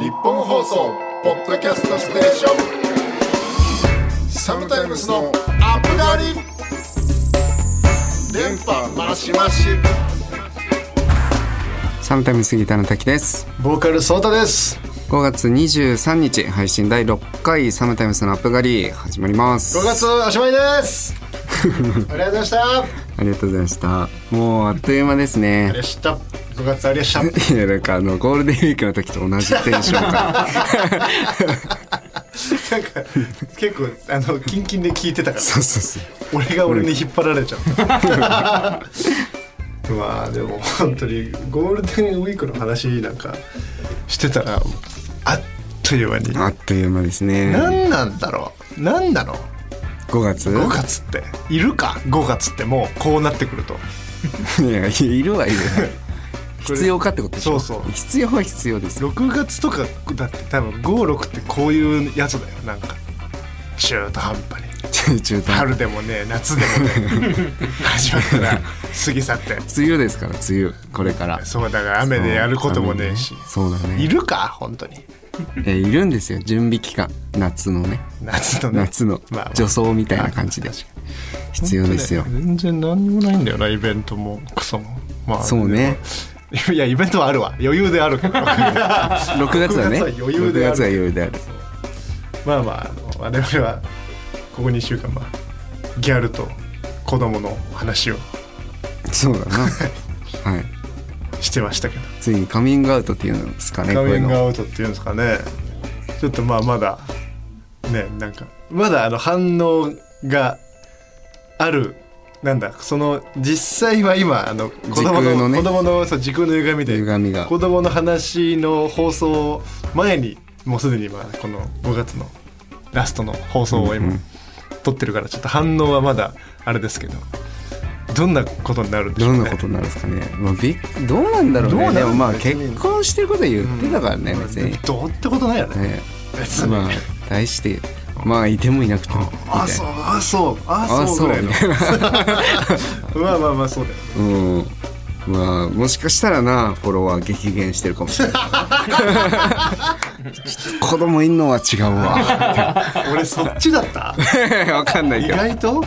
日本放送ポッドキャストステーションサムタイムスのアップガリ電波マシマシサムタイム杉田の滝ですボーカルソータです。 5月23日配信第6回サムタイムスのアップガリー始まります5月おしまい です。ありがとうございました。ありがとうございましたもうあっという間ですねでした。5月ありがとうございましいやなんかあのゴールデンウィークの時と同じテンション がた。なんか結構あのキンキンで聞いてたから、そうそうそう俺が俺に引っ張られちゃった。 まあでも本当にゴールデンウィークの話なんかしてたらあっという間に。あっという間ですね何なんだろう。何なの。 5月5月っているか。5月ってもうこうなってくると。いやいる はいる必要かってことでしょそうそう必要は必要です6月とかだって多分56ってこういうやつだよなんか中途半端に中中途春でもね夏でもね 始まったら過ぎ去って梅雨ですから梅雨これからそうだから雨でやることもねえしそうだねいるか本当にえいるんですよ準備期間夏のね夏のね夏のまあまあ助走みたいな感じで必要ですよ本当ね全然何にもないんだよなイベントもクソもまあそうねでもいやイベントはあるわ余裕であるけど ま6月はね6月は余裕である6月は余裕であるあまああの我々はここ2週間まあギャルと子供の話をそうだ なはいしてましたけどついにカミングアウトっていうんですかねカこういミうングのアウトっていうんですかねちょっとまあまだねなんかまだあの反応があるなんだその実際は今あの子供時空ののね子供のそう時空の歪みで歪みが子供の話の放送前にもうすでに今この5月のラストの放送を今撮ってるからちょっと反応はまだあれですけどどんなことになるんでしょどうねんなことになるんですかね、まあ、びどうなんだろうどねうなんだでろうもまあ別に結婚してることは言ってたからね、まあ別に、ね、どうってことないよね別にまあ大してまあいてもいなくてもみたいなあそうあそうああそうそうぐらいのね まあまあまあそうだようんまあもしかしたらなフォロワー激減してるかもしれないち ょっと子供いんのは違うわ 俺そっちだったわかんない意けど外と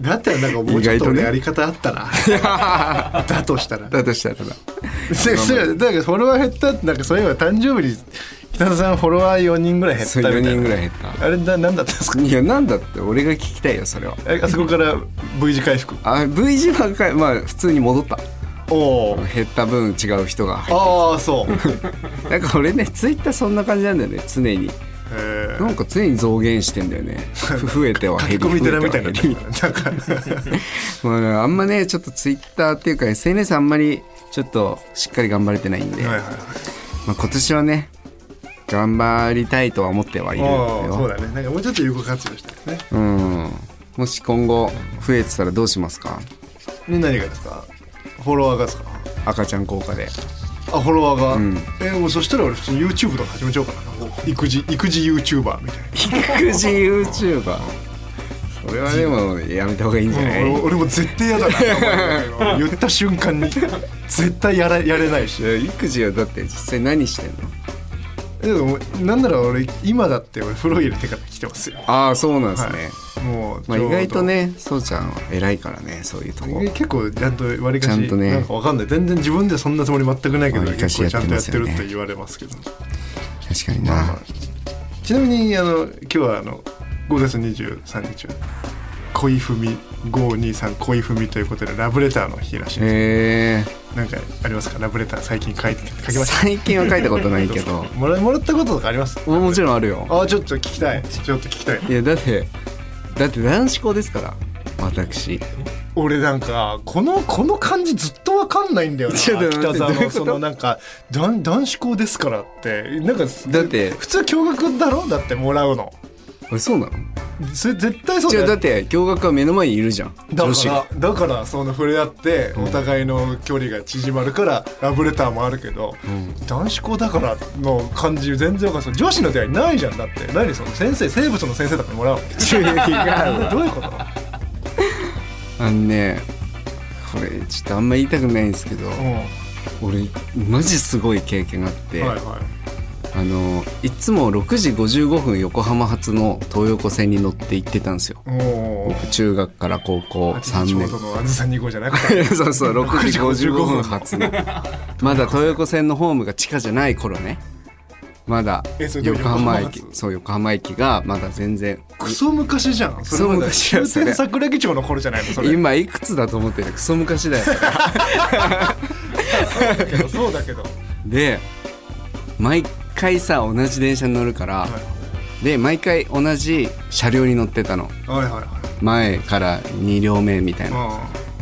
だったらなんかもうちょっ意外ととね俺やり方あったな だとしたらだだとした らただだからフォロワー減ったってなんかそういえば誕生日に北田さんフォロワー4人ぐらい減ったそみたい4な人ぐらい減ったあれな何だったんですか いやなんだって俺が聞きたいよそれはえあそこから V 字回復あ V 字はかまあ普通に戻ったおお減った分違う人が入ああ そうるなんか俺ねツイッターそんな感じなんだよね常にえなんか常に増減してんだよね増えてはー減書りき込み寺増えみてたはいな減なんりかまあ、あんまねちょっとツイッターっていうか SNS あんまりちょっとしっかり頑張れてないんで、はいはいまあ、今年はね頑張りたいとは思ってはいるおーそうよだねなんかもうちょっと有効活用したいねうんもし今後増えてたらどうしますかね何がですかフォロワーがですか赤ちゃん効果であフォロワーが、えもうそしたら俺普通に YouTube とか始めちゃおうかななんか育児育児 YouTuber みたい育児 YouTuber それはでもやめた方がいいんじゃなな、い、俺俺も絶対嫌 だなって思うよ言った瞬間に絶対やらやれないしいや育児はだって実際何してんのでもなんなら俺今だって俺風呂入れてから来てますよああそうなんですね、もうまあ、ちょ意うど外とねそうちゃんは偉いからねそういうとこ結構ちゃんと割りかしちゃんとねなんかわかんない全然自分ではそんなつもり全くないけど割りかし結構ちゃんとやってるやっってますよねて言われますけど確かになちなみにあの今日はあの5月23日は恋文523恋文ということでラブレターの日らしいです、へえなんかありますかラブレター最近書いて書きました最近は書いたことないけどもらもらったこととかあります もちろんあるよあちょっと聞きたいちょっと聞きたいいやだってだって男子校ですから私俺なんかこのこの感じずっとわかんないんだよなちょっと北待って沢どういうのこそとのなんか男男子校ですからってなんかだって普通驚愕だろだってもらうのあれそうなのそれ絶対そう違だうよだって共学は目の前にいるじゃんだ女子がからだからその触れ合ってお互いの距離が縮まるからラブレターもあるけど、男子校だからの感じ全然わかんない女子の出会いないじゃんだって何その先生生物の先生だってもらうの違うどういうことあのねこれちょっとあんま言いたくないんですけどうんは俺マジすごい経験があって、いはいあののいつも6時55分横浜発の東横線に乗って行ってたんですよおお。僕中学から高校3ちょ年うどのあずさ2号じゃなくて。 そうそう6時6時55 55分分発のまだ東横線のホームが地下じゃない頃ねまだえそれでも横浜駅横浜発そう横浜駅がまだ全然クソ昔じゃん。クソ昔やそ終れ点桜木町の頃じゃないのそれ。今いくつだと思ってるクソ 昔だよそうだけど。で毎回さ同じ電車に乗るから、で毎回同じ車両に乗ってたのはいはいはい。前から2両目みたいな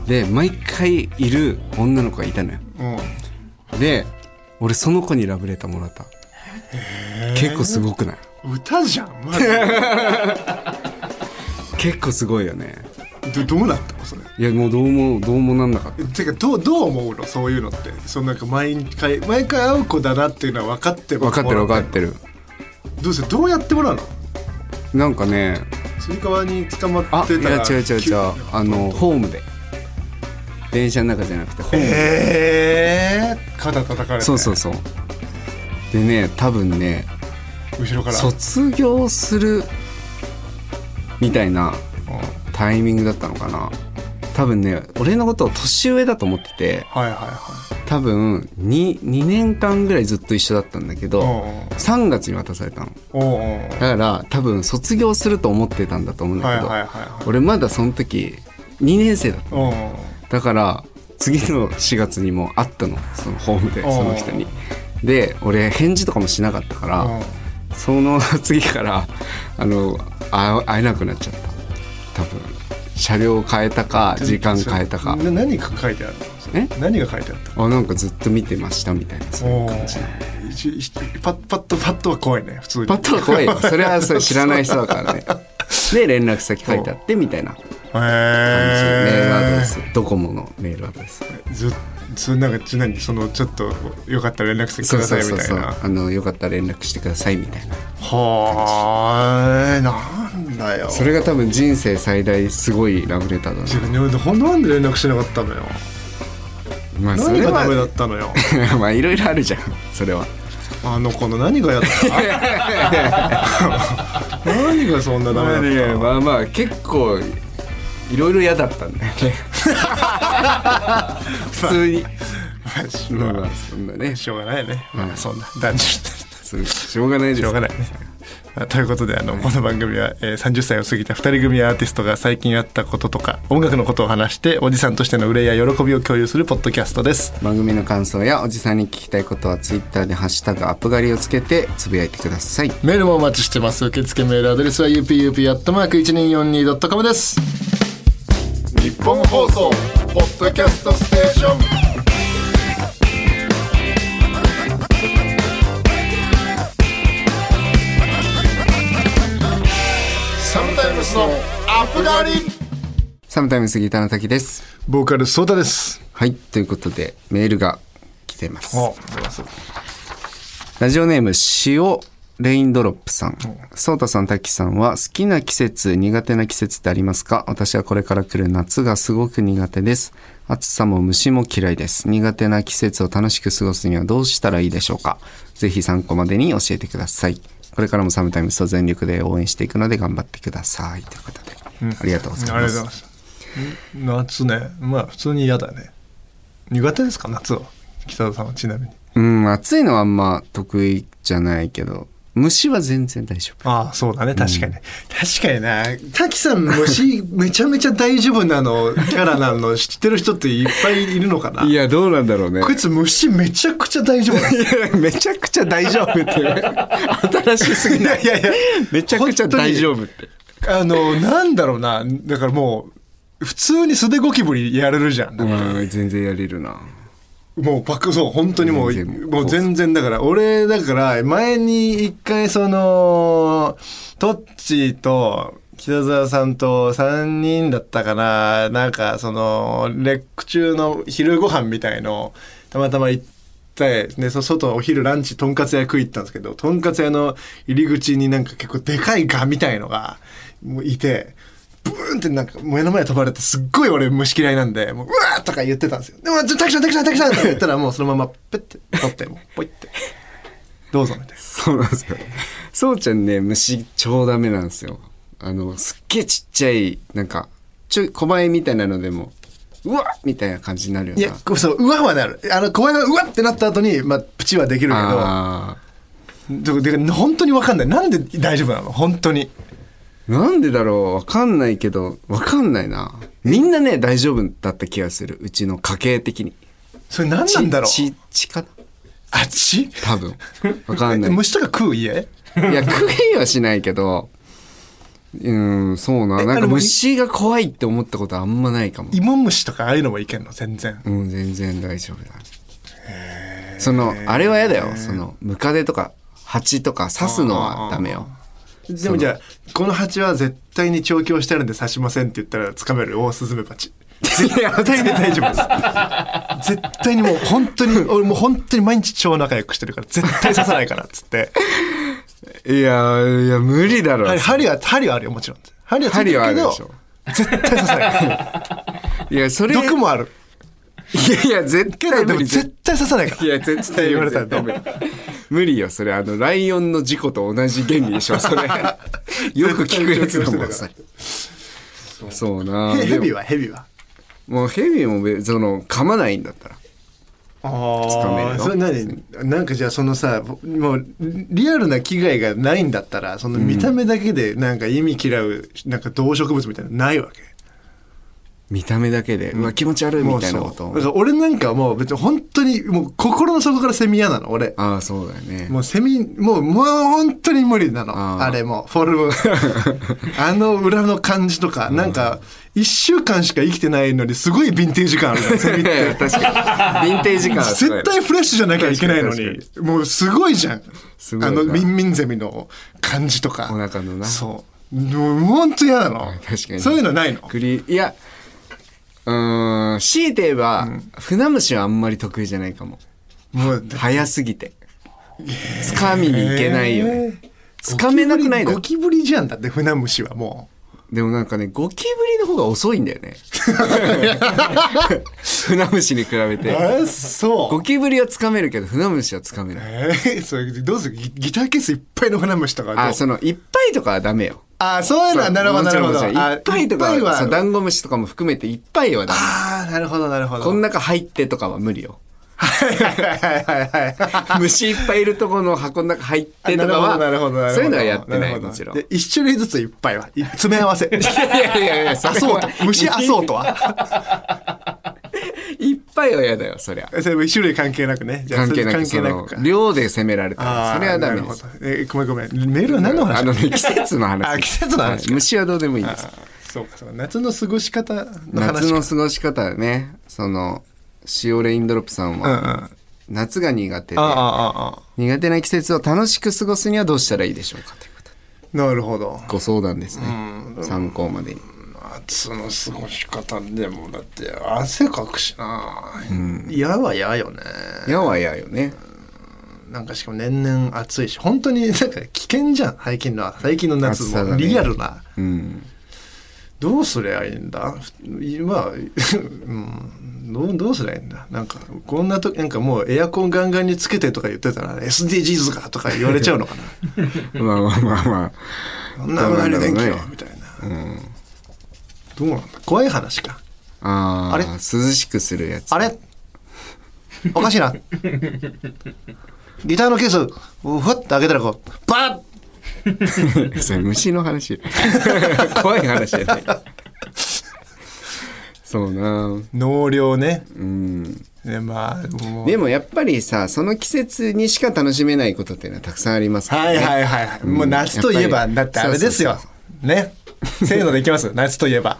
で毎回いる女の子がいたのようん。うん。で俺その子にラブレターもらった結構すごくない歌じゃん。マジで結構すごいよねどどうなったのそれ。いやもうどうもどうもなんなかってたかどうどう思うのそういうのってそのなんか毎回毎回会う子だなっていうのは分かって分かってる分かっってるどうせどうやってもらうのなんかねスイカワに捕まあっいてたらや違う違う違うあのホームで電車の中じゃなくてホームでええー、肩叩かれてそうそうそうでね多分ね後ろから卒業するみたいなうんはいタイミングだったのかな多分ね俺のことを年上だと思っててはいはい多分 2, 2年間ぐらいずっと一緒だったんだけうどん3月に渡されたのうんうんうんだから多分卒業すると思ってたんだと思うんだはいけはいど、はいはい俺まだその時2年生だったうんだから次の4月にも会ったのそのホームでおうその人に。で俺返事とかもしなかったから、うんその 次からあのあ会えなくなっちゃった多分車両変えたか時間変えたかな何が書いてあるのそれえ何が書いてあったあなんかずっと見てましたみたいなそういうお感じー一一パッパッとパッとは怖いね普通にパッとは怖 いよそれはそれ知らない人だからねで連絡先書いてあってみたいなへ感じメールアドえレスドコモのメールアドレスずそなんかちなみにそのちょっとよかったら連絡してそくうだそさういみそうたいそうなあのよかったら連絡してくださいみたいなはーいなんだよそれが多分人生最大すごいラブレターだ自分にほんとなんで連絡しなかったのよなまあそ 何れがダメだはったのよ まあいろいろあるじゃんそれはあの子の何がやった 何がそんなダメだったのまあまあ結構いろいろ嫌だったん だよね普通にまあまあそんなねしょうがないね、うんまあそんな男女そうしょうがないですしょうがないね まあということであのこの番組は、えー30歳を過ぎた2人組アーティストが最近あったこととか音楽のことを話しておじさんとしての憂いや喜びを共有するポッドキャストです番組の感想やおじさんに聞きたいことはツイッターでハッシュタグアップ狩りをつけてつぶやいてくださいメールもお待ちしてます受付メールアドレスは upup.1242.com です日本放送ポッドキャストステーションサムタイムスのアップガリサムタイム杉田の滝ですボーカルソータですはいということでメールが来てますありがとうラジオネーム塩レインドロップさんソータさん滝さんは好きな季節苦手な季節ってありますか私はこれから来る夏がすごく苦手です暑さも虫も嫌いです苦手な季節を楽しく過ごすにはどうしたらいいでしょうかぜひ参考までに教えてくださいこれからもサムタイムスを全力で応援していくので頑張ってくださいということで、ありがとうごござざいいまますす夏ねまあ普通に嫌だね苦手ですか夏は北田さんはちなみにうん暑いのはあんま得意じゃないけど虫は全然大丈夫ああそうだね確かに、確かにな滝さんの 虫めちゃめちゃ大丈夫なのキャラなの知ってる人っていっぱいいるのかなやどうなんだろうねこいつ虫めちゃくちゃ大丈夫なんですよい やめちゃくちゃ大丈夫って新しすぎないいやいやめちゃくちゃ大丈夫ってあの、なんだろうな、だからもう、普通に素手ゴキブリやれるじゃん。うん全然やれるなもう、バク、そう、本当にもう、全然もう全然、だから、俺、だから、前に一回、その、トッチーと、北沢さんと3人だったかな、なんか、その、レック中の昼ご飯みたいの、たまたま行って、で、そ外、お昼ランチ、とんかつ屋食い行ったんですけど、とんかつ屋の入り口になんか結構でかいガみたいのが、もういて、ブーンってなんか目の前に飛ばれてすっごい俺虫嫌いなんで、もう、うわーとか言ってたんですよ。でも、ちょ、たくさんたくさんたくさんとか言ったらもうそのままペッて取って、もうポイって。どうぞみたいなそうなんですよ。そうちゃんね、虫超ダメなんですよ。あの、すっげえちっちゃい、なんか、ちょい、小映えみたいなのでも、うわっみたいな感じになるよいな。やこうそううわはなるあの公園がうわってなった後にまあプチはできるけどあでで本当に分かんないなんで大丈夫なの本当にーなんでだろうわかんないけど、わかんないな。みんなね、大丈夫だった気がする。うちの家系的に。それ何なんだろうち、ちちかなあち多分。わかんない。虫とか食う家いや、食いはしないけど、うん、そうな。なんあかの虫が怖いって思ったことあんまないかも。イモムシとかああいうのもいけんの全然うん、全然大丈夫だ。その、あれは嫌だよ。その、ムカデとか、蜂とか刺すのはダメよ。でもじゃあこの蜂は絶対に調教してあるんで刺しませんって言ったら掴めるオオスズメバチいや、絶対に大丈夫です絶対にもう本当に俺もう本当に毎日超仲良くしてるから絶対刺さないからっつ っていや、いや無理だろ。あれ針は針はあるよもちろん針はついて針はあるけでどしょ。絶対刺さないいや、それ、毒もあるいやいや、絶けど対で無も理。絶対刺さないからいや、絶対言わ無理れたら絶ど対う無理。無理よ、それ。あの、ライオンの事故と同じ原理でしょ、 それ。よく聞くやつだもん、それそうな。ヘビははヘビはもうヘビもべ、その、噛まないんだったら。掴めるああよそれ何なんかじゃあそのさもうリアルな危害がないんだったらその見た目だけでなんか意味嫌うなんか動植物みたいなのないわけ見た目だけで、うわ、気持ち悪いみたいなもこうそとうだ。から俺なんかはもう別に本当にもう心の底からセミ嫌なの俺ああ、そうだよね。 もうセミもうもう本当に無理なのああーれもうフォル ムあの裏の感じとかなんか1週間しか生きてないのにすごいヴィンテージ感あるじゃんセミっいやいやて確かに。ヴィンテージ感はすごい絶対フレッシュじゃなきゃいけないの確にかもうすごいじゃんすごいなあのミンミンゼミの感じとかお腹のなそうもう本当嫌なの確かにそういうのないのクリいや、うーん、強いて言えば、船虫はあんまり得意じゃないかも。もう早すぎて。つかみに行けないよね。つかめなくないのゴキブリゴキブリじゃんだって船虫はもでもなんかね、ゴキブリの方が遅いんだよ ね。船虫に比べうて。えそゴキブリはつかめるけど、船虫はつかめない。えー、それどうするギギターケースいっぱいの船虫とかどうあ、その、いっぱいとかはダメよ。あーそういうのはなるほどなるほどもちろんもちろんいっぱいとかあいっぱいは、はそうダンゴムシとかも含めていっぱいはダメ。あーなるほどなるほどこん中入ってとかは無理よ。はいはいはいはい虫いっぱいいるところの箱の中入ってとかは、なるほどなるほどなるほどそういうのはやってななるい、ほどもちろん。いで一種類ずついっぱいはい詰め合わ せやいやいやいや、そアれソー はト虫アソート はいっぱいは嫌だよ、そりゃ。それも一種類関係なくねじゃあ関係なく、そそれ関係のか、量で攻められたあーら、それはダメでなする。ほどえごめんごめんメールは何の話あのね、季節の話。あ季節の話はい虫はどうでもいいです。そうかそうか夏の過ごし方の話夏のか過ごし方はね、その、塩レインドロップさんうんうんは、あ夏が苦手であ、あああ苦手な季節を楽しく過ごすにはどうしたらいいでしょうかということでなるほどご相談ですね。参考までに。夏の過ごし方でもだって汗かくしな嫌、は嫌よねやはやよね。なんかしかも年々暑いし本当になんか危険じゃん最近の最近の夏暑さもだねリアルな、うん。どうすりゃいいんだ 今、うん、どうどうすりゃいいんだなんかこんなとなんかもうエアコンガンガンにつけてとか言ってたら SDGs かとか言われちゃうのか なまあまあまあまあ。そんな無駄に電気よどうなんだろうねみたいな、どうなんだ怖い話かあああれ涼しくするやつ。あれおかしいな。ギターのケース、ふわって開けたらこう、バそれ 虫の話。 怖い話じゃない。 そうな。ッ納涼ね。うん。ね、まあ、もう。でもやっぱりさ、その季節にしか楽しめないことっていうのはたくさんありますからはね。いはいはいはい。もう夏といえやっぱば、りだってあれですよそ。ね。 せーのでいきます。夏といえば。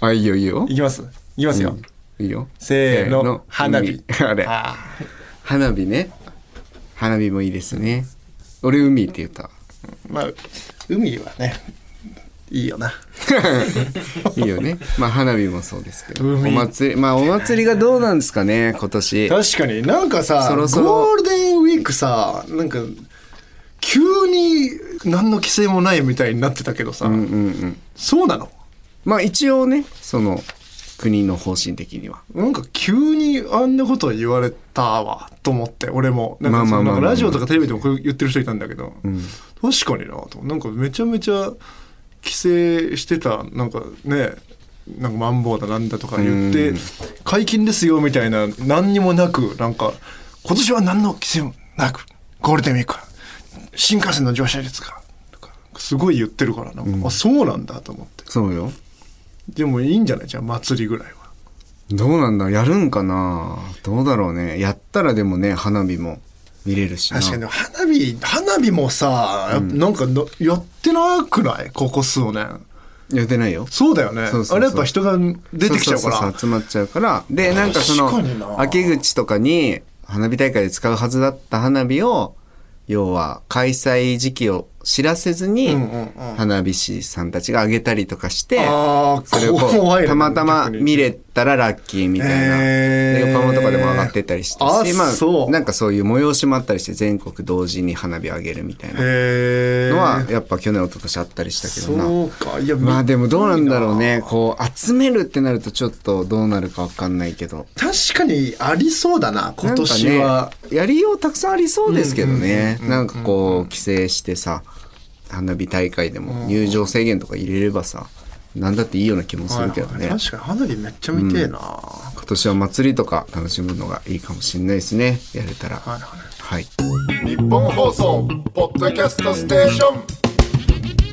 あ、いいよいいよい。きます。いきますよ。いいよ。せーの、花火。海あれ。あ花火ね。花火もいいですね。俺海って言った。ーまあ、海はね、いいよな。いいよね。まあ花火もそうですけど。お海祭り、まあお祭りがどうなんですかね、今年。確かになんかさそろそろゴールデンウィークさなんか急に何の規制もないみたいになってたけどさ、うんうんうん。そうなのまあ一応ね、その、国の方針的にはなんか急にあんなこと言われたわと思って俺もなんかそまあまあのまなんかあまあラジオとかテレビでもこれ言ってる人いたんだけど、ん確かになとなんかめちゃめちゃ規制してたなんかねなんかマンボウだなんだとか言って解禁ですよみたいな何にもなくなんか今年は何の規制もなくゴールデンウィークは新幹線の乗車率がとかすごい言ってるからなんか、あそうなんだと思ってそうよでもいいんじゃないじゃあ祭りぐらいは。どうなんだやるんかなどうだろうねやったらでもね花火も見れるしな確かに花火花火もさ、やっぱなんかのやってなくないここ数年やってないよそうだよねそうそうそうあれやっぱ人が出てきちゃうからそそそ集まっちゃうからでなんかその確かにな秋口とかに花火大会で使うはずだった花火を要は開催時期を知らせずにうんうんうん花火師さんたちがあげたりとかして、あそれをーこう怖いねたまたま見れたらラッキーみたいな、へーで横浜とかでも上がってったりしてあしまそうなんかそういう催しもあったりして全国同時に花火上げるみたいなへえのはやっぱ去年一昨年あったりしたけどな。そうかいやまあでもどうなんだろういいねなこう集めるってなるとちょっとどうなるかわかんないけど確かにありそうだな今年なんはか、ね、やりようたくさんありそうですけどねなんかこう規制してさ花火大会でも入場制限とか入れればさなんだっていいような気もするけどはいねはい確かに花火めっちゃ見てえな、今年は祭りとか楽しむのがいいかもしれないですねやれたらはいはいはい日本放送ポッドキャストステーション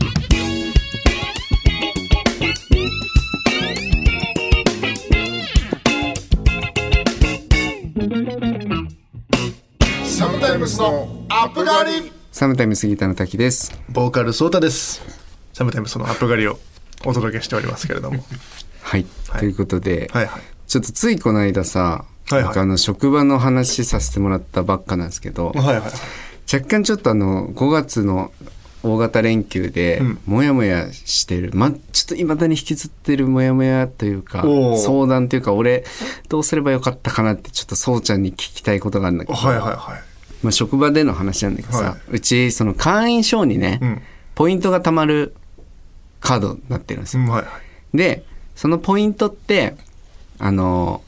サムタイムスのアップガリサムタイム杉田の滝ですボーカルソータですサムタイムそのアップ狩りをお届けしておりますけれどもはい、はいということで、はいはいちょっとついこの間さ、はいはい僕あの職場の話させてもらったばっかなんですけど、はいはい若干ちょっとあの5月の大型連休でんモヤモヤしてる、ま、ちょっといまだに引きずってるモヤモヤというかおー相談というか俺どうすればよかったかなってちょっとそうちゃんに聞きたいことがあるんだけど、はいはいはいまあ、職場での話なんだけどさ、はいうちその会員証にね、うんポイントが貯まるカードになってるんですよ。うんはいはいでそのポイントってあの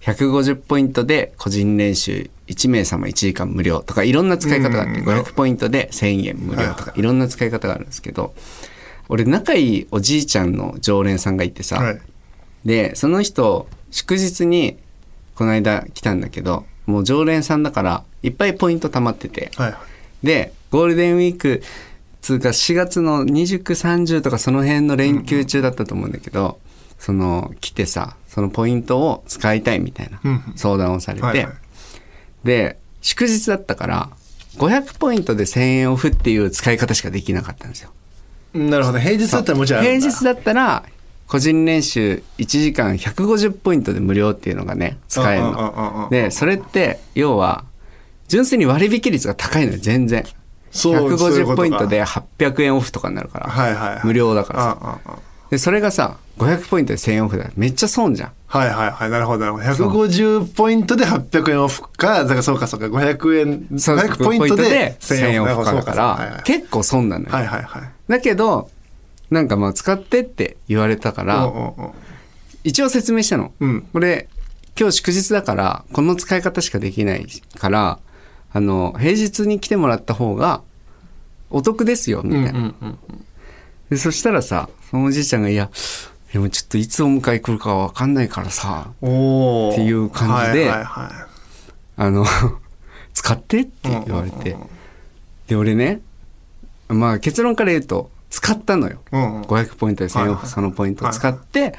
150ポイントで個人練習1名様1時間無料とかいろんな使い方があってうんうん500ポイントで1,000円無料とかいろんな使い方があるんですけど俺仲いいおじいちゃんの常連さんがいてさ、はいでその人祝日にこの間来たんだけどもう常連さんだからいっぱいポイント貯まっててはいはいでゴールデンウィーク通過4月の2930とかその辺の連休中だったと思うんだけど、その来てさそのポイントを使いたいみたいなうんうん相談をされて、はいはいで祝日だったから500ポイントで1,000円オフっていう使い方しかできなかったんですよ。なるほど平日だったらもちろんある平んだ日だったら個人練習1時間150ポイントで無料っていうのがね使えるうんうんうんうんうのん。でそれって要は純粋に割引率が高いのよ全然。そうそういうこ150とかポイントで800円オフとかになるから、はいはいはい無料だからさあああでそれがさ500ポイントで1000円オフだからめっちゃ損じゃんはいはいはいなるほどなるほど150ポイントで800円オフかだからそうかそうか500円そう500ポイントで1000 1000円円オオフかフかだだかからら、はいはい結構損なのよ、はいはいはいだけどなんかまあ使ってって言われたから、おうおうおう一応説明したの、うんこれ今日祝日だからこの使い方しかできないからあの平日に来てもらった方がお得ですよみたいな、でそしたらさそのおじいちゃんが「いやでもちょっといつお迎え来るかわかんないからさおーっていう感じではいはいはあの 使って」って言われて、で俺ねまあ結論から言うと使ったのよ、いうんうん500ポイントではい1000はオいフそのポイントを使って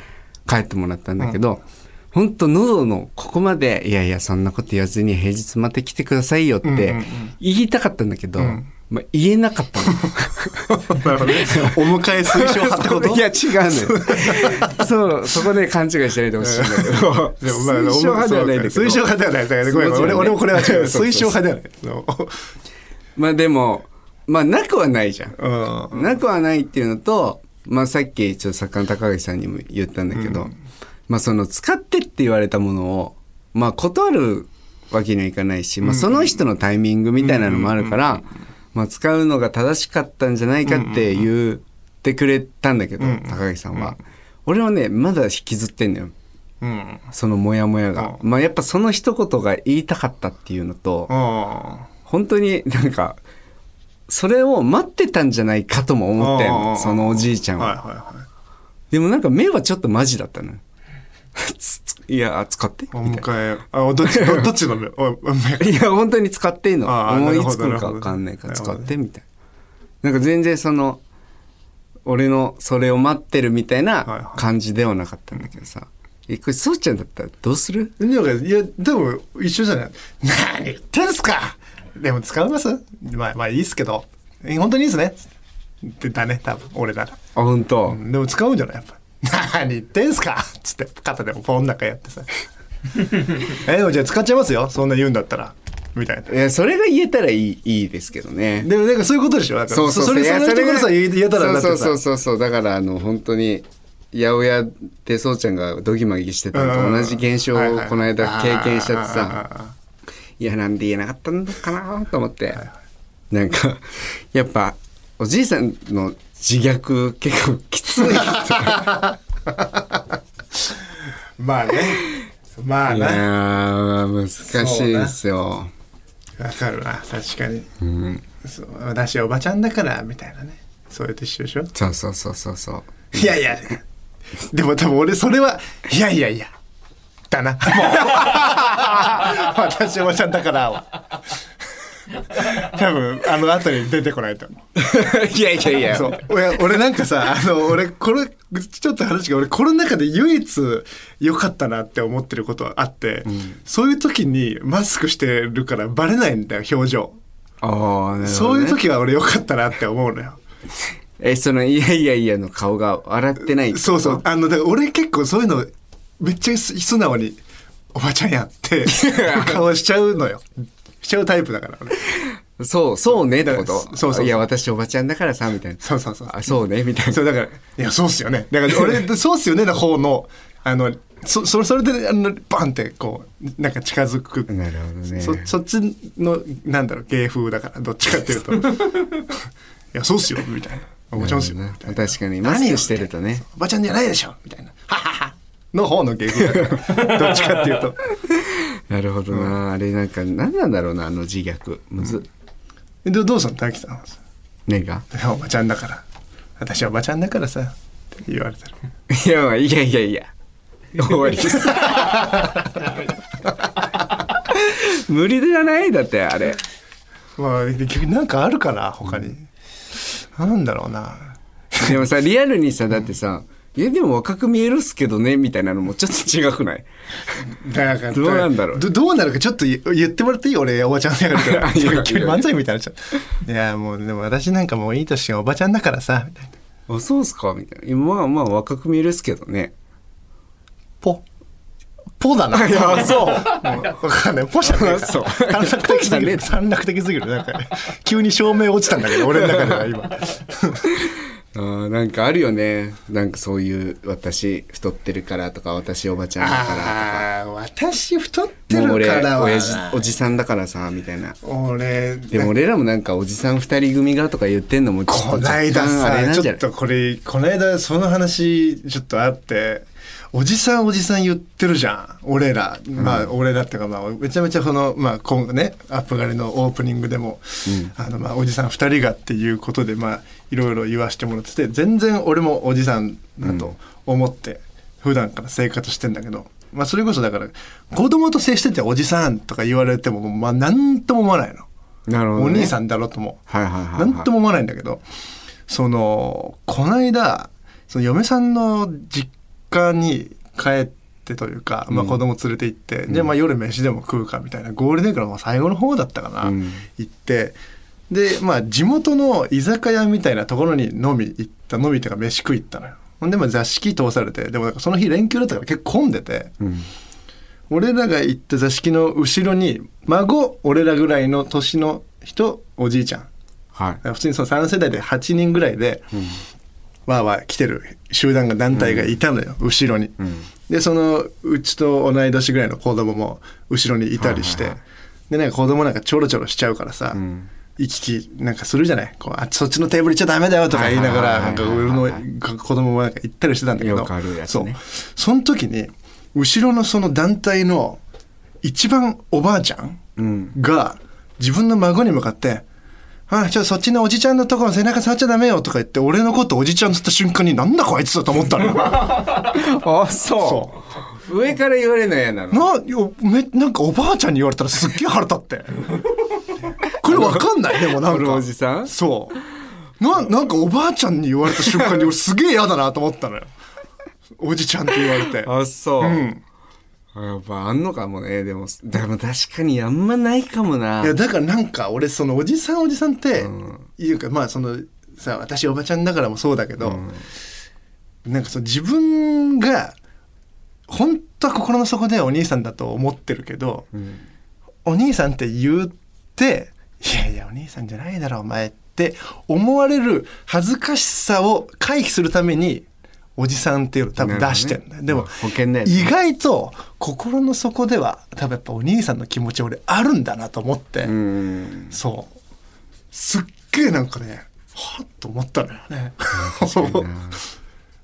帰ってもらったんだけど、本当喉のここまで、いやいや、そんなこと言わずに平日また来てくださいよっうんうんうてん言いたかったんだけど、んまあ、言えな かったの。 なるほどねお迎え推奨派ってこといや、違うのよ。そう、そこで勘違いしないでほしいんだけど。でもまあ推奨派ではないんだけど。推奨派ではないだからねごめんごめん俺俺もこれ は違う推奨派ではない まあでも、まあなくはないじゃん。そのうんなくはないっていうのと、まあ、さっきちょっと作家の高垣さんにも言ったんだけど、まあ、その使ってって言われたものを、まあ、断るわけにはいかないし、まあ、その人のタイミングみたいなのもあるから、まあ、使うのが正しかったんじゃないかって言ってくれたんだけど、高垣さんは。俺はねまだ引きずってんのようんそのモヤモヤが、うまあやっぱその一言が言いたかったっていうのと、あ本当になんかそれを待ってたんじゃないかとも思ったようんうんうねんそのおじいちゃあんはいは、はでもなんか目はちょっとマジだった のよつついや使っていはいおみたいな迎えあどっちどどっちの目おお目いや本当に使っていいのああ思いつくなのるほかど分かんないからなるほ使どってみたいななんか全然その俺のそれを待ってるみたいはいなはい感じではなかったんだけどさ、えこれそうちゃんだったらどうするなんかいやでも一緒じゃない何言ってんすかでも使いますまあまあいいっすけどえ本当にいいっすねってだね多分俺ならあ本当、でも使うんじゃないやっぱ何言ってんすかつって肩でもポンなんかや ってさえでもじゃあ使っちゃいますよそんな言うんだったらみたいないやそれが言えたらいいいいですけどねでもなんかそういうことでしょだからそうそうそうれいやそれところさそれ言え言えたらだってさそうそうそうそうだからあの本当に八百屋でそうちゃんがドギマギしてたのと同じ現象をはいはいこの間経験しちゃってあーあさーあーあいやなんで言えなかったのかなと思ってなんかやっぱおじいさんの自虐結構きついーまあね まあいねやー難しいですよわかるな確かに、そう私おばちゃんだからみたいなねそういうと一緒でしょそうそうそうそうそういやいやでも多分俺それはいやいやいやだ なもう私おばちゃんだからは多分あの後に出てこ ないと思ういやいやいやそう俺俺なんかさあの俺これちょっと話が俺この中で唯一良かったなって思ってることはあって、そういう時にマスクしてるからバレないんだよ表情、ああ、なるほどねそういう時は俺良かったなって思うのよえその「いやいやいや」の顔が笑ってないってことそうそうあのだから俺結構そういうのめっちゃ素直に「おばちゃんや」って 顔しちゃうのよしちゃうタイプだから俺そう、そうねってこだとからそうそうそういや、私おばちゃんだからさ、みたいな。そうそうそうあ、そうね、みたいな。そうだから「いやそうっすよね」だから俺そうっすよねの方のあのそそれそれであのバンってこうなんか近づくなるほどね。そそっちのなんだろう芸風だからどっちかっていうと「 いやそうっすよ」みたいな「おばちゃんっすよ」みなるたほどねいな確かに、マスクしてるとね。 「おばちゃんじゃないでしょ」みたいな「ははは」の方の芸風だから どっちかっていうと。なるほどな。あれ、なんか、何なんだろうな、あの自虐。むず。えどどうしたの大樹さんは何がい やおばちゃんだから私はおばちゃんだからさって言われたら いや、まあいやいやいや。終わりです。無理じゃないだって、あれ。まあ逆になんかあるから他に、なんだろうなでもさ、リアルにさ、だってさ、いや、でも若く見えるっすけどね、みたいなのもちょっと違くないだからどうなんだろうどどうなるかちょっと言言ってもら っていい俺おばちゃんだからいやいや急に漫才みたいになっちゃういやもうでも私なんかもういい年がおばちゃんだからさみたいなあ、そうっすかみたいな。いやまあまあ若く見えるっすけどね。ポポだな。いやそうもうわかんない。ポじゃない か。そう短絡的すぎ る。短絡的すぎる。なんか、ね、急に照明落ちたんだけど、俺の中では今。あーなんかあるよねなんかそういう私太ってるからとか私おばちゃんだかああ、私太っらてもう俺るからは。親父おじさんだからさみたいな俺、でも俺らもなんかおじさん二人組がとか言ってんのもちょっとこないだ若干あれさ、なんじちゃょっないとこれ、こないだその話、ちょっとあって、おじさんおじさん言ってるじゃん。俺ら。まあ、俺らっていうか、まあ、めちゃめちゃこの、まあ、今後ね、アップガリのオープニングでも、あの、まあ、おじさん二人がっていうことで、まあ、いろいろ言わせてもらってて、全然俺もおじさんだと思って、普段から生活してんだけど、まあ、それこそだから、子供と接してておじさんとか言われても、まあ、なんとも思わないの。なるほど、おね、兄さんだろうとも。はいはいはい、は、ないんとも思わないんだけど、その、こないだ、その嫁さんの実家に帰ってというか、まあ子供連れて行って、で、まあ夜飯でも食うかみたいな、ゴールデンウィークのまあ最後の方だったかな、うん行って、で、まあ地元の居酒屋みたいなところに飲み行った、飲みっていうか飯食い行ったのよ。ほんで、まあ座敷通されて、でもなんかその日連休だったから結構混んでて、うん、俺らが行った座敷の後ろに、孫、俺らぐらいの年の人、おじいちゃん。 はい普通にその3世代で8人ぐらいで、わーわー来てる集団が団体がいたのよ、後ろに、んでそのうちと同い年ぐらいの子供も後ろにいたりして、はいはいでなんか子供なんかちょろちょろしちゃうからさ、ん行き来なんかするじゃないこうあそっちのテーブル行っちゃダメだよとか言いながらはないはんかいはいはい俺はいの子供もなんか行ったりしてたんだけどよくあるやつそうねその時に後ろのその団体の一番おばあちゃんが自分の孫に向かって「あちょっとそっちのおじちゃんのところ背中触っちゃダメよ」とか言って俺のことおじちゃんっつった瞬間になんだこいつと思ったの なあそう上から言われるの嫌なのよめなんかおばあちゃんに言われたらすっげえ腹立 ってこれわかんないでもなんこかのおじさんそうななんかおばあちゃんに言われた瞬間に俺すげえ嫌だなと思ったのよおじちゃんって言われて あそう、うんやっぱあんのかもねでもでも確かにあんまないかもないやだからなんか俺そのおじさんおじさんって、いうかまあそのさ私おばちゃんだからもそうだけど、なんかその自分が本当は心の底ではお兄さんだと思ってるけど、お兄さんって言っていやいやお兄さんじゃないだろお前って思われる恥ずかしさを回避するためにおじさんっていうの多分出してるんだよ、なでるほどねも保険だよね意外と心の底では多分やっぱお兄さんの気持ち俺あるんだなと思って、うんそうすっげえなんかねはっと思ったのよねそう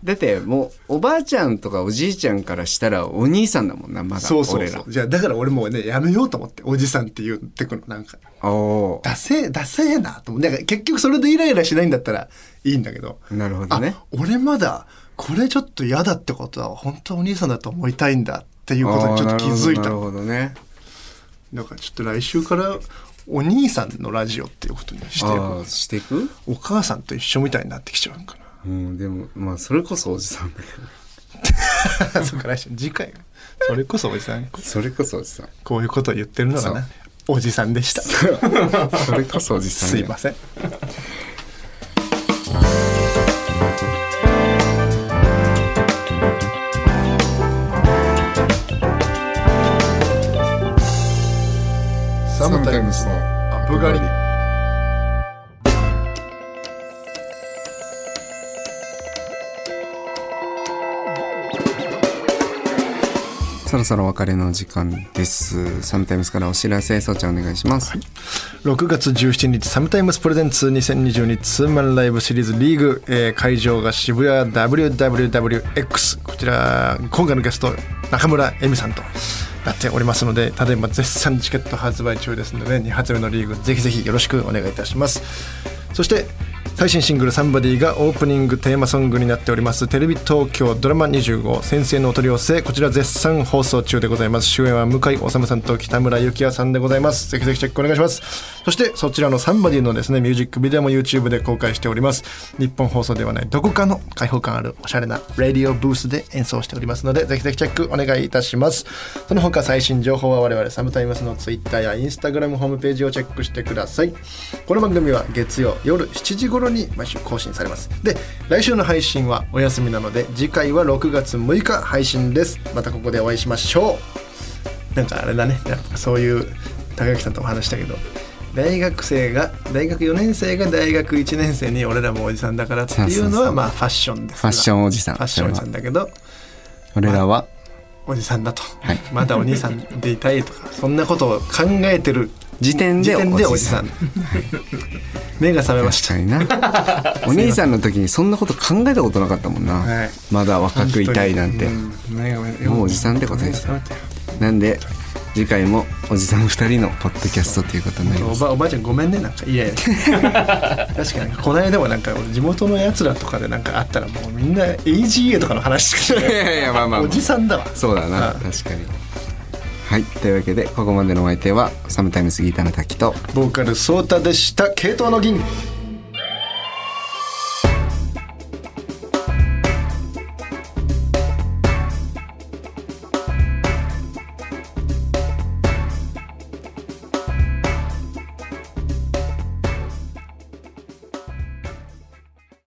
だってもうおばあちゃんとかおじいちゃんからしたらお兄さんだもんなまだそうそう俺そらうじゃあだから俺もうねやめようと思っておじさんって言ってくのなんかおおダセえダセえなと思うなんか結局それでイライラしないんだったらいいんだけどなるほどねあ俺まだこれちょっと嫌だってことは本当はお兄さんだと思いたいんだっていうことにちょっと気づいなたるほどねだからちょっと来週からお兄さんのラジオっていうことにしてああしていくお母さんと一緒みたいになってきちゃうの かなうんでもまあそれこそおじさんだけどそうか来週次回それこそおじさ ん それこそおじさんこういうことを言ってるのがねおじさんでしたそれこそおじさんすいませんサムタイムスのアップ狩りそろそろお別れの時間ですサムタイムスからお知らせそうちゃんお願いします、 6月17日サムタイムスプレゼンツ2022ツーマンライブシリーズリーグ、えー会場が渋谷 WWWX こちら今回のゲスト中村恵美さんとなっておりますのでただいま絶賛チケット発売中ですので2発目のリーグぜひぜひよろしくお願いいたしますそして最新シングル「サンバディ」がオープニングテーマソングになっておりますテレビ東京ドラマ25「先生のお取り寄せ」こちら絶賛放送中でございます主演は向井理さんと北村幸也さんでございますぜひぜひチェックお願いしますそしてそちらの「サンバディ」のですねミュージックビデオも YouTube で公開しております日本放送ではないどこかの開放感あるおしゃれなラディオブースで演奏しておりますのでぜひぜひチェックお願いいたしますその他最新情報は我々サムタイムスの Twitter や Instagram ホームページをチェックしてくださいこの番組は月曜夜7時頃に毎週更新されますで来週の配信はお休みなので次回は6月6日配信ですまたここでお会いしましょうなんかあれだねなんかそういう高木さんとも話したけど大学生が大学4年生が大学1年生に俺らもおじさんだからっていうのそうそうそはうまあファッションですファッションおじさんファッションおじさんだけど俺らはおじさんだと、はいまだお兄さんでいたいとかそんなことを考えてる時点で時点でおおじじささんん目が覚めまし確たかに なお兄さんの時にそんなこと考えたことなかったもんな、はいまだ若くいたいなんてうん目がもうおじさんってことですなんで次回もおじさん2人のポッドキャストということになりまおすばおばあちゃんごめんねなんかいやいや確かにこの間もなんか俺地元のやつらとかでなんかあったらもうみんな AGA とかの話しかしいないやいやまあまあ、まおあ、じさんだわそうだなあ確かにはいというわけでここまでのお相手はサムタイムスギターの滝とボーカルソータでした系統の銀